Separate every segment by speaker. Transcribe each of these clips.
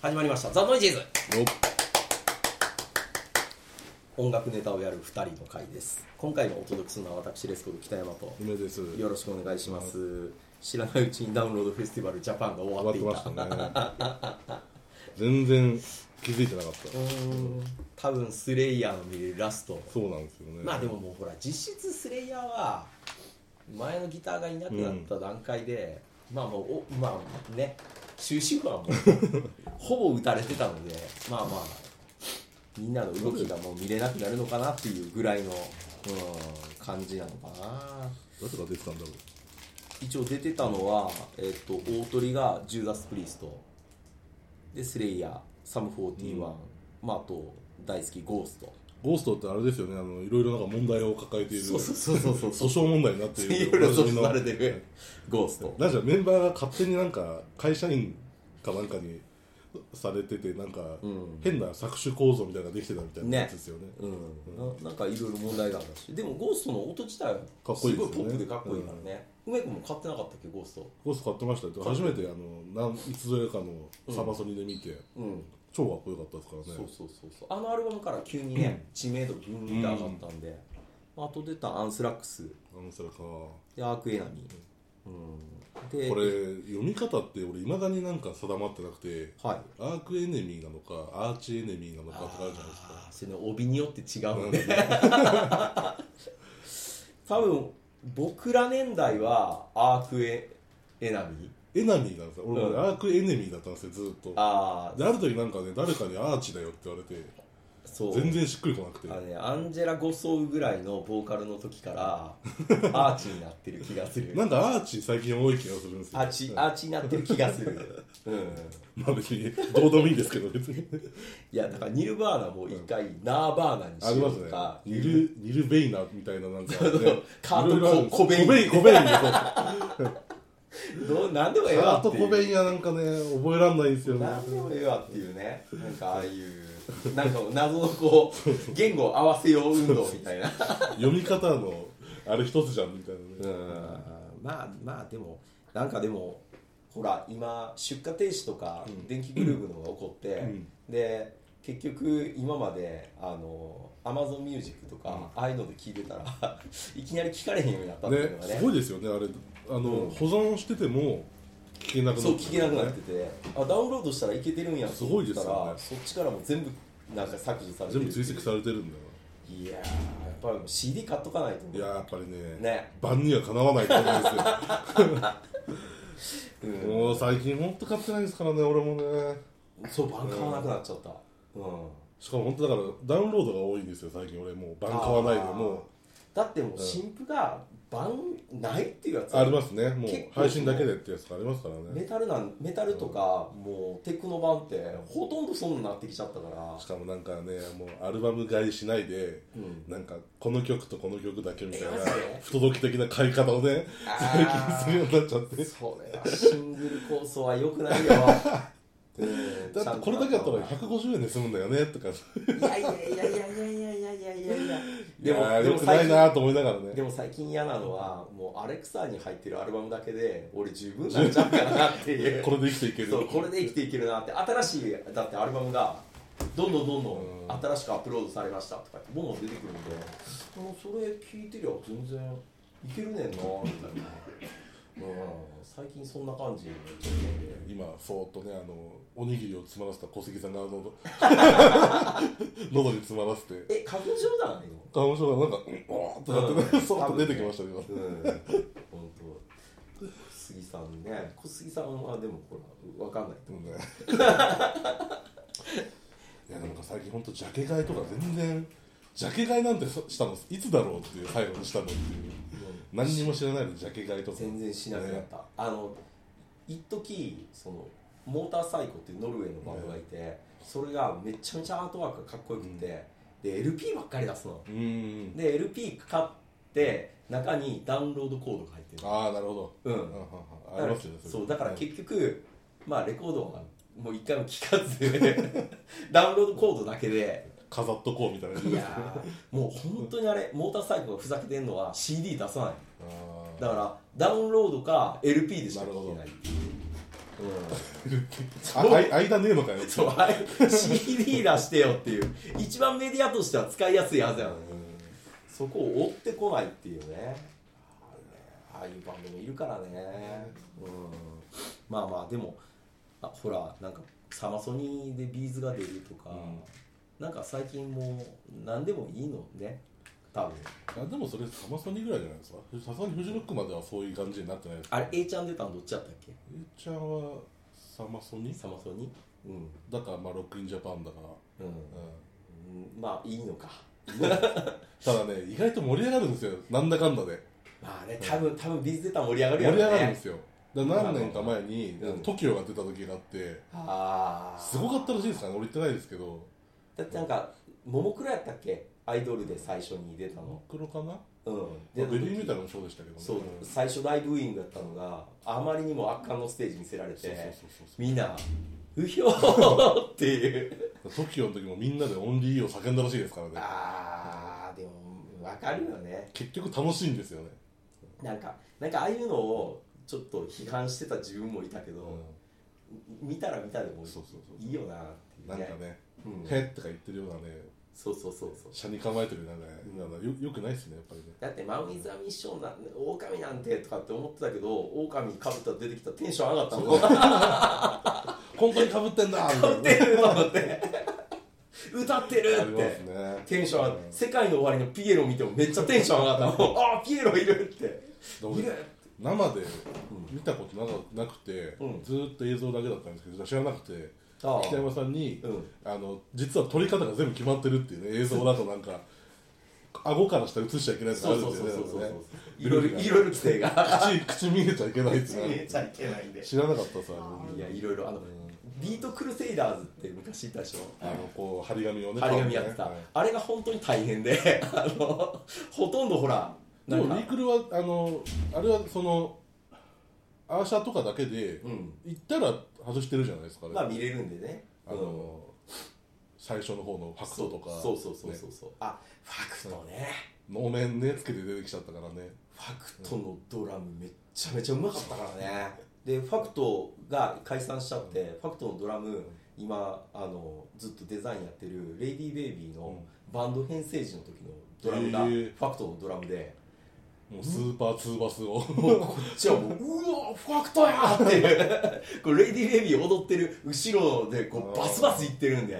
Speaker 1: 始まりました「ザ・ノイジーズ
Speaker 2: よっ」
Speaker 1: 音楽ネタをやる2人の会です今回もお届けするのは私レスコブ北山と
Speaker 2: 夢です
Speaker 1: よろしくお願いします知らないうちにダウンロードフェスティバルジャパンが終わっていた
Speaker 2: 終わってましたね 全然気づいてなかった
Speaker 1: うーん多分スレイヤーの見れるラスト
Speaker 2: そうなんですよね
Speaker 1: まあでももうほら実質スレイヤーは前のギターがいなくなった段階で、まあもうおまあね終止符はもう ほぼ打たれてたのでまあまあみんなの動きがもう見れなくなるのかなっていうぐらいの、うん、感じなのかな
Speaker 2: 誰が出てたんだろう
Speaker 1: 一応出てたのは、えっと大鳥がジューダス・プリーストでスレイヤーサム41、
Speaker 2: うん
Speaker 1: まあ、あと大好きゴースト
Speaker 2: ゴーストってあれですよねあのいろいろなんか問題を抱えている
Speaker 1: そうそうそうそうそう
Speaker 2: 訴訟問題になっている
Speaker 1: いろいろとされて
Speaker 2: る
Speaker 1: るゴースト
Speaker 2: なんかメンバーが勝手になんか会社員かなんかにされててなんか
Speaker 1: ん
Speaker 2: 変な搾取構造みたいなのができてたみたいなやつですよね
Speaker 1: うん、ななんかいろいろ問題があるらしいでもゴーストの音自体は
Speaker 2: かっこいいですよね
Speaker 1: ごいポップでかっこいいからね、梅君も買ってなかったっけゴースト
Speaker 2: ゴースト買ってましたって初めてあのなんいつぞやかのサマソニで見て、
Speaker 1: うん、
Speaker 2: 超かっこよかったですから
Speaker 1: そう
Speaker 2: ね
Speaker 1: そうそうそうあのアルバムから急にね知名度ぐんって上がったんで、あと出たアンスラックス
Speaker 2: あのそれか
Speaker 1: でアークエナミー、うん、で
Speaker 2: これ読み方って俺いまだになんか定まってなくて
Speaker 1: はい
Speaker 2: アークエネミーなのかアーチエネミーなのかとかあるじゃないですか
Speaker 1: あーそれね帯によって違う
Speaker 2: なん
Speaker 1: の
Speaker 2: か
Speaker 1: ね
Speaker 2: ね
Speaker 1: 多分僕ら年代はアークエエナミー
Speaker 2: エナミーなんですよ俺、
Speaker 1: うん
Speaker 2: アークエネミーだったんですよずっと
Speaker 1: ああ
Speaker 2: である時なんかね誰かにアーチだよって言われて
Speaker 1: そう
Speaker 2: 全然しっくりこなくて
Speaker 1: あのね、アンジェラ・ゴソウぐらいのボーカルの時から アーチになってる気がする
Speaker 2: なんかアーチ最近多い気がするんですよ
Speaker 1: アーチアーチになってる気がす る、うん、
Speaker 2: まあ別にどうでもいいんですけど別に
Speaker 1: いやだからニルバーナも一回、ナーバーナに
Speaker 2: あ
Speaker 1: し
Speaker 2: り
Speaker 1: よ
Speaker 2: ま
Speaker 1: う
Speaker 2: す
Speaker 1: と
Speaker 2: ね
Speaker 1: か
Speaker 2: ニルニルベイナみたいななんか、ね、
Speaker 1: カート
Speaker 2: いろいろあるんです
Speaker 1: コベイン
Speaker 2: コベインコベインそう
Speaker 1: どうなん でもええ
Speaker 2: ハ
Speaker 1: わ
Speaker 2: ー
Speaker 1: って
Speaker 2: ト
Speaker 1: い
Speaker 2: コ
Speaker 1: う
Speaker 2: ベインやなんかね覚えらんないんですよね
Speaker 1: なんでもええわっていうねなんかああいうなんか謎のこう言語を合わせよう運動みたいな
Speaker 2: 読み方のあれ一つじゃんみたいな
Speaker 1: う
Speaker 2: ね、
Speaker 1: んまあまあでもなんかでもほら今出荷停止とか
Speaker 2: うん
Speaker 1: 電気グルーブのが起こって、
Speaker 2: うん
Speaker 1: で結局今まであの Amazon ミュージックとか、ああいうので聞いてたら いきなり聞かれへんようになったっていう
Speaker 2: ね
Speaker 1: のがね
Speaker 2: すごいですよねあれあの、
Speaker 1: うん
Speaker 2: 保存してても聞けなくなって
Speaker 1: そう聞けなくなっ
Speaker 2: ね
Speaker 1: ててあダウンロードしたらいけてるんやと思ったら
Speaker 2: すごいです
Speaker 1: そっちからも全部なんか削除されて
Speaker 2: 全
Speaker 1: る
Speaker 2: 部追跡されてるんだよ
Speaker 1: いやーやっぱりもう CD 買っとかないと
Speaker 2: いやーやっぱりね
Speaker 1: ね
Speaker 2: 万にはかなわないと思うんですよ
Speaker 1: うん
Speaker 2: もう最近ほんと買ってないですからね俺もね
Speaker 1: そうバン買わなくなっちゃったうん
Speaker 2: しかもほんとだからダウンロードが多いんですよ最近俺もう版買わないで
Speaker 1: あー
Speaker 2: も
Speaker 1: だってもう新婦が版ないっていうやつ
Speaker 2: うありますねもう
Speaker 1: 結構
Speaker 2: 配信だけでってやつがありますから
Speaker 1: メ
Speaker 2: ね
Speaker 1: タルなんメタルとかもうテクノ版ってほとんどそんなんなってきちゃったから
Speaker 2: しかもなんかねもうアルバム買いしないで、
Speaker 1: うん
Speaker 2: なんかこの曲とこの曲だけみたいな
Speaker 1: えマジで
Speaker 2: 不届き的な買い方をね最近
Speaker 1: あ
Speaker 2: するようになっちゃって
Speaker 1: それはシングル構想は良く ないようん
Speaker 2: だってこれだけだったら150円で済むんだよねとか
Speaker 1: いやいやいやいやいやいやいやいやいやいや
Speaker 2: いやー
Speaker 1: で
Speaker 2: よ
Speaker 1: も
Speaker 2: くない
Speaker 1: 最
Speaker 2: な
Speaker 1: 近
Speaker 2: ーと思いながらね
Speaker 1: でも最近嫌なのはもうアレクサに入ってるアルバムだけで俺十分なんちゃうかなっていう
Speaker 2: これで生きていける
Speaker 1: そうこれで生きていけるなって新しいだってアルバムがどんどんどんどん新しくアップロードされましたとかってボンボン出てくるんでもうそれ聞いてりゃ全然いけるねんなみたいな、うん、最近そんな感じで
Speaker 2: 今そーっとねあのおにぎりを詰まらせた小杉さんが喉 喉に詰まらせて
Speaker 1: え花粉症だね
Speaker 2: 顔の人がなんか「うんおー」ってなって
Speaker 1: う
Speaker 2: ね
Speaker 1: ん
Speaker 2: そーっと出てきましたけど
Speaker 1: 今うん本当小杉さんね小杉さんはでもほらわかんない
Speaker 2: でも ねいやなんか最近ほんとジャケ買いとか全然ジャケ買いなんてそしたのいつだろうっていう最後にしたのっていう何にも知らないのにジャケ買いとか
Speaker 1: 全然しなくなった、あの一時そのモーターサイコっていうノルウェーのバンドがいて、それがめちゃめちゃアートワークがかっこよくて、で LP ばっかり出すの
Speaker 2: うーん
Speaker 1: で LP 買って中にダウンロードコードが入ってる
Speaker 2: ああなるほど
Speaker 1: うん
Speaker 2: うんうんうんありますよねれ
Speaker 1: そうだから
Speaker 2: うん
Speaker 1: 結局、まあレコードはもう一回も聴かず ダウンロードコードだけで
Speaker 2: 飾っとこうみたいない
Speaker 1: や ーもう本当にあれモーターサイコがふざけてんのは CD 出さない
Speaker 2: あー
Speaker 1: だからダウンロードか LP でしか聴けないっていう、うん
Speaker 2: るってああい間ねえのかよって
Speaker 1: そうあれ CD 出してよっていう一番メディアとしては使いやすいはずやのにそこを追ってこないっていうねああいうバンドもいるからねうんまあまあでもあほらなんかサマソニーでビーズが出るとか、なんか最近もう何でもいいのね多分
Speaker 2: あでもそれサマソニぐらいじゃないですかさすがにフジロックまではそういう感じになってないです
Speaker 1: あれ A ちゃん出たのどっちだったっけ
Speaker 2: ゆうちゃんはサマソニ
Speaker 1: サマソニーうん
Speaker 2: だからまあロックインジャパンだから、
Speaker 1: うん
Speaker 2: う
Speaker 1: うんまあいいのか
Speaker 2: ん、ただね意外と盛り上がるんですよなんだかんだで
Speaker 1: まあね多分多分ビーズ出たら盛り上がる
Speaker 2: 盛
Speaker 1: や
Speaker 2: り
Speaker 1: ろう
Speaker 2: 上
Speaker 1: ね
Speaker 2: がるんですよだから何年か前に
Speaker 1: うん
Speaker 2: TOKIO が出た時があって
Speaker 1: ああ
Speaker 2: すごかったらしいですからね俺行ってないですけど
Speaker 1: だってなんかももクロやったっけアイドルで最初に出た
Speaker 2: モ
Speaker 1: の
Speaker 2: ックロかな
Speaker 1: うん
Speaker 2: デ
Speaker 1: 出た
Speaker 2: ビュ
Speaker 1: 時
Speaker 2: ーみたいなのもそうでしたけどね
Speaker 1: そう、
Speaker 2: んそう
Speaker 1: 最初大ブーイングだったのがあまりにも圧巻のステージ見せられて
Speaker 2: そうそうそう
Speaker 1: みんな「うひょー」っていう
Speaker 2: そう TOKIO の時もみんなでオンリーを叫んだらしいですからね
Speaker 1: あーでもわかるよね
Speaker 2: 結局楽しいんですよね、
Speaker 1: なんかなんかああいうのをちょっと批判してた自分もいたけど、
Speaker 2: う
Speaker 1: 見たら見たでも
Speaker 2: ん、そうそうそう
Speaker 1: いいよなっていう
Speaker 2: なんかね、
Speaker 1: うん
Speaker 2: へっとか言ってるようなね、
Speaker 1: そうそうそうそう
Speaker 2: 車に構えてるようなね、なんかよよくないですね、やっぱりね。
Speaker 1: だってマウイザミッションなん狼なんてとかって思ってたけど狼かぶったら出てきたらテンション上がったもん
Speaker 2: 本当にかぶってんだみたい
Speaker 1: 歌
Speaker 2: な
Speaker 1: っ。てると思って 歌ってる
Speaker 2: あ
Speaker 1: っ
Speaker 2: り
Speaker 1: て、
Speaker 2: ますね。
Speaker 1: テンション上がった世界の終わりのピエロ見てもめっちゃテンション上がった もんああピエロいるって
Speaker 2: ど
Speaker 1: いる
Speaker 2: 生で見たことなかなくて、
Speaker 1: うん
Speaker 2: ずーっと映像だけだったんですけど、知らなくて、
Speaker 1: ああ
Speaker 2: 北山さんに、
Speaker 1: うん
Speaker 2: あの実は撮り方が全部決まってるっていうね、映像だとなんか、顎から下映しちゃいけないとかあ
Speaker 1: そ
Speaker 2: る
Speaker 1: うんそう
Speaker 2: で
Speaker 1: そうそうそうそう
Speaker 2: すよね。
Speaker 1: いろいろいろいろ規定が
Speaker 2: 口口見えちゃいけないって
Speaker 1: 見え
Speaker 2: ね
Speaker 1: ちゃいけないんで
Speaker 2: 知らなかったさ、
Speaker 1: いやいろいろあのビートクルセイダーズって昔いたでしょ
Speaker 2: あのこう張り紙をね、
Speaker 1: 張り紙やって
Speaker 2: は
Speaker 1: た
Speaker 2: い
Speaker 1: あれが本当に大変で あのほとんどほら
Speaker 2: で
Speaker 1: なん
Speaker 2: も
Speaker 1: か
Speaker 2: リクルはあのあれはそのアーシャとかだけで、
Speaker 1: うん
Speaker 2: 行ったら外してるじゃないですかね、
Speaker 1: まあ見れるんでね
Speaker 2: あの、最初の方のファクトとか
Speaker 1: そうそうそうそう
Speaker 2: ね
Speaker 1: そうあファクトね
Speaker 2: 能面ねつけて出てきちゃったからね
Speaker 1: ファクトのドラムめっちゃめちゃうまかったから ねでファクトが解散しちゃって、ファクトのドラム今あのずっとデザインやってるレイディーベイビーのバンド編成時の時のドラムが、
Speaker 2: へー
Speaker 1: ファクトのドラムで
Speaker 2: もうスーパーツーバスを、
Speaker 1: もうこっちはもううわファクトやーっていうこうレイディーベイビー踊ってる後ろでこうバスバスいってるんで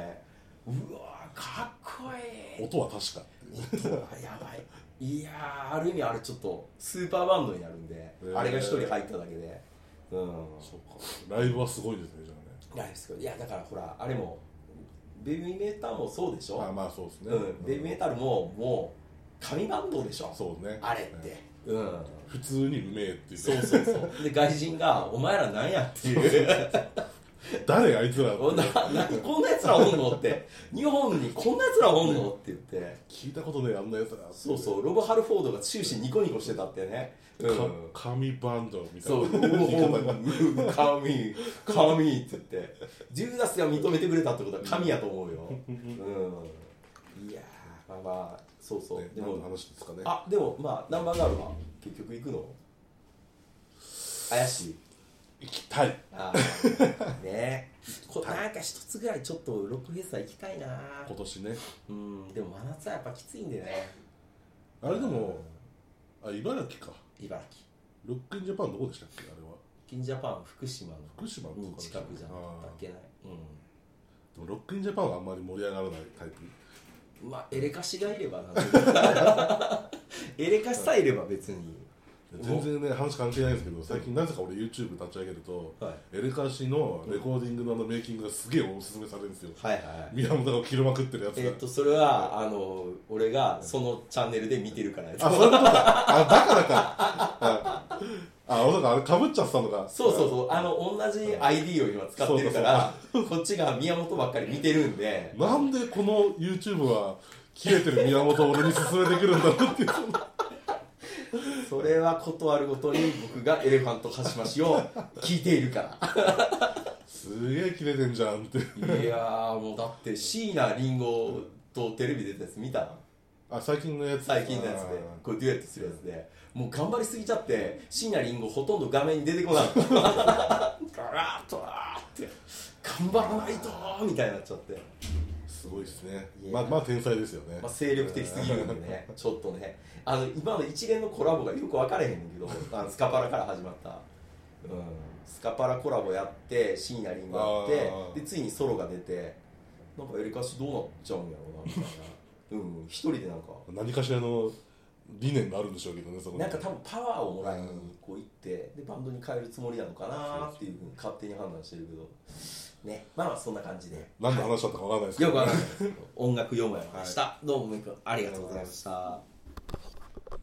Speaker 1: うわかっこいい
Speaker 2: 音は確かっていう
Speaker 1: やばいいやーある意味あれちょっとスーパーバンドになるんで、
Speaker 2: ー
Speaker 1: あれが一人入っただけでうん
Speaker 2: そうかライブはすごいですねじゃ
Speaker 1: ないですけどいやだからほらあれもベビーメーターもそうでし
Speaker 2: あねあ
Speaker 1: ょ、
Speaker 2: まあそうですね、
Speaker 1: うん、ベビーメータルももう紙バンドでしょ
Speaker 2: そうね
Speaker 1: あれって、
Speaker 2: ね
Speaker 1: うん
Speaker 2: 普通にうめえっていう
Speaker 1: そうそうそうで外人が「お前らなんや?」っていう
Speaker 2: 誰あいつらっ
Speaker 1: 「
Speaker 2: て
Speaker 1: おな何こんなやつらおんの?」って「日本にこんなやつらおんの?」って言って
Speaker 2: 聞いたことねえあんなやつら
Speaker 1: そう
Speaker 2: う
Speaker 1: そうロブ・ハルフォードが終始ニコニコしてたってね、うん、
Speaker 2: 神バンドみたい
Speaker 1: そ
Speaker 2: な
Speaker 1: う、
Speaker 2: 言い方が
Speaker 1: 神、神って言って、ジューダスが認めてくれたってことは神やと思うよ。うん。いやー、まあまあ、そうそう。
Speaker 2: ね
Speaker 1: で
Speaker 2: 何の
Speaker 1: も、
Speaker 2: 話ですかね
Speaker 1: あ、でも、まあ、ナンバーガールは結局行くの怪しい。
Speaker 2: 行きたい
Speaker 1: あ ーねこなんか一つぐらいちょっとロックフェスは行きたいな
Speaker 2: 今年ね
Speaker 1: うんでも真夏はやっぱきついんでね
Speaker 2: あれでもあ茨城か
Speaker 1: 茨城
Speaker 2: ロックインジャパンどこでしたっけあれは
Speaker 1: 金ジャパン福島の
Speaker 2: 福島のとこ
Speaker 1: に
Speaker 2: かでし
Speaker 1: 近
Speaker 2: た
Speaker 1: くじゃなかったっけないうん
Speaker 2: でもロックインジャパンはあんまり盛り上がらないタイプ
Speaker 1: まあエレカシがいれば なエレカシさえいれば別に
Speaker 2: 全然ね話関係ないんですけど最近なぜか俺 YouTube 立ち上げると、
Speaker 1: はい
Speaker 2: エレカシのレコーディングのあのメイキングがすげえおすすめされるんですよ、
Speaker 1: はいはい
Speaker 2: 宮本が切れまくってるやつが、
Speaker 1: えっとそれはあの俺がそのチャンネルで見てるからやつ
Speaker 2: あそういうことかあだからかああそうかあれかぶっちゃってたのか
Speaker 1: そうそうそうあの同じ ID を今使ってるからこっちが宮本ばっかり見てるんで
Speaker 2: なんでこの YouTube は切れてる宮本を俺に勧めてくるんだろうっていう
Speaker 1: それは事あるごとに僕がエレファントマシを聞いているから
Speaker 2: すげえ切れてんじ ゃんって
Speaker 1: いやーもうだって椎名林檎とテレビ出たやつ見た
Speaker 2: あ最近のやつ
Speaker 1: 最近のやつで
Speaker 2: あ
Speaker 1: こうデュエットするやつでもう頑張りすぎちゃって椎名林檎ほとんど画面に出てこないガラッとあーって頑張らないとーみたいになっちゃって、
Speaker 2: ーすごいですね
Speaker 1: いや
Speaker 2: まあまあ天才ですよね、
Speaker 1: まあ、精力的すぎるんでねちょっとねあの今の一連のコラボがよく分かれへんねんけどあのスカパラから始まった、うん、スカパラコラボやって椎名林檎やっ
Speaker 2: あー
Speaker 1: てでついにソロが出てなんかやりかしどうなっちゃうんやろうなみたいなうん一人でなんか
Speaker 2: 何かしらの理念があるんでしょうけどねそこに
Speaker 1: なんか多分パワーをもらいにこう行って、でバンドに変えるつもりなのかなっていうふうに勝手に判断してるけどねまあまあそんな感じで
Speaker 2: 何の話だったかわからないですけ
Speaker 1: よ
Speaker 2: ど、
Speaker 1: くわかんないですけど音楽4枚でした、どうもみくんありがとうございました、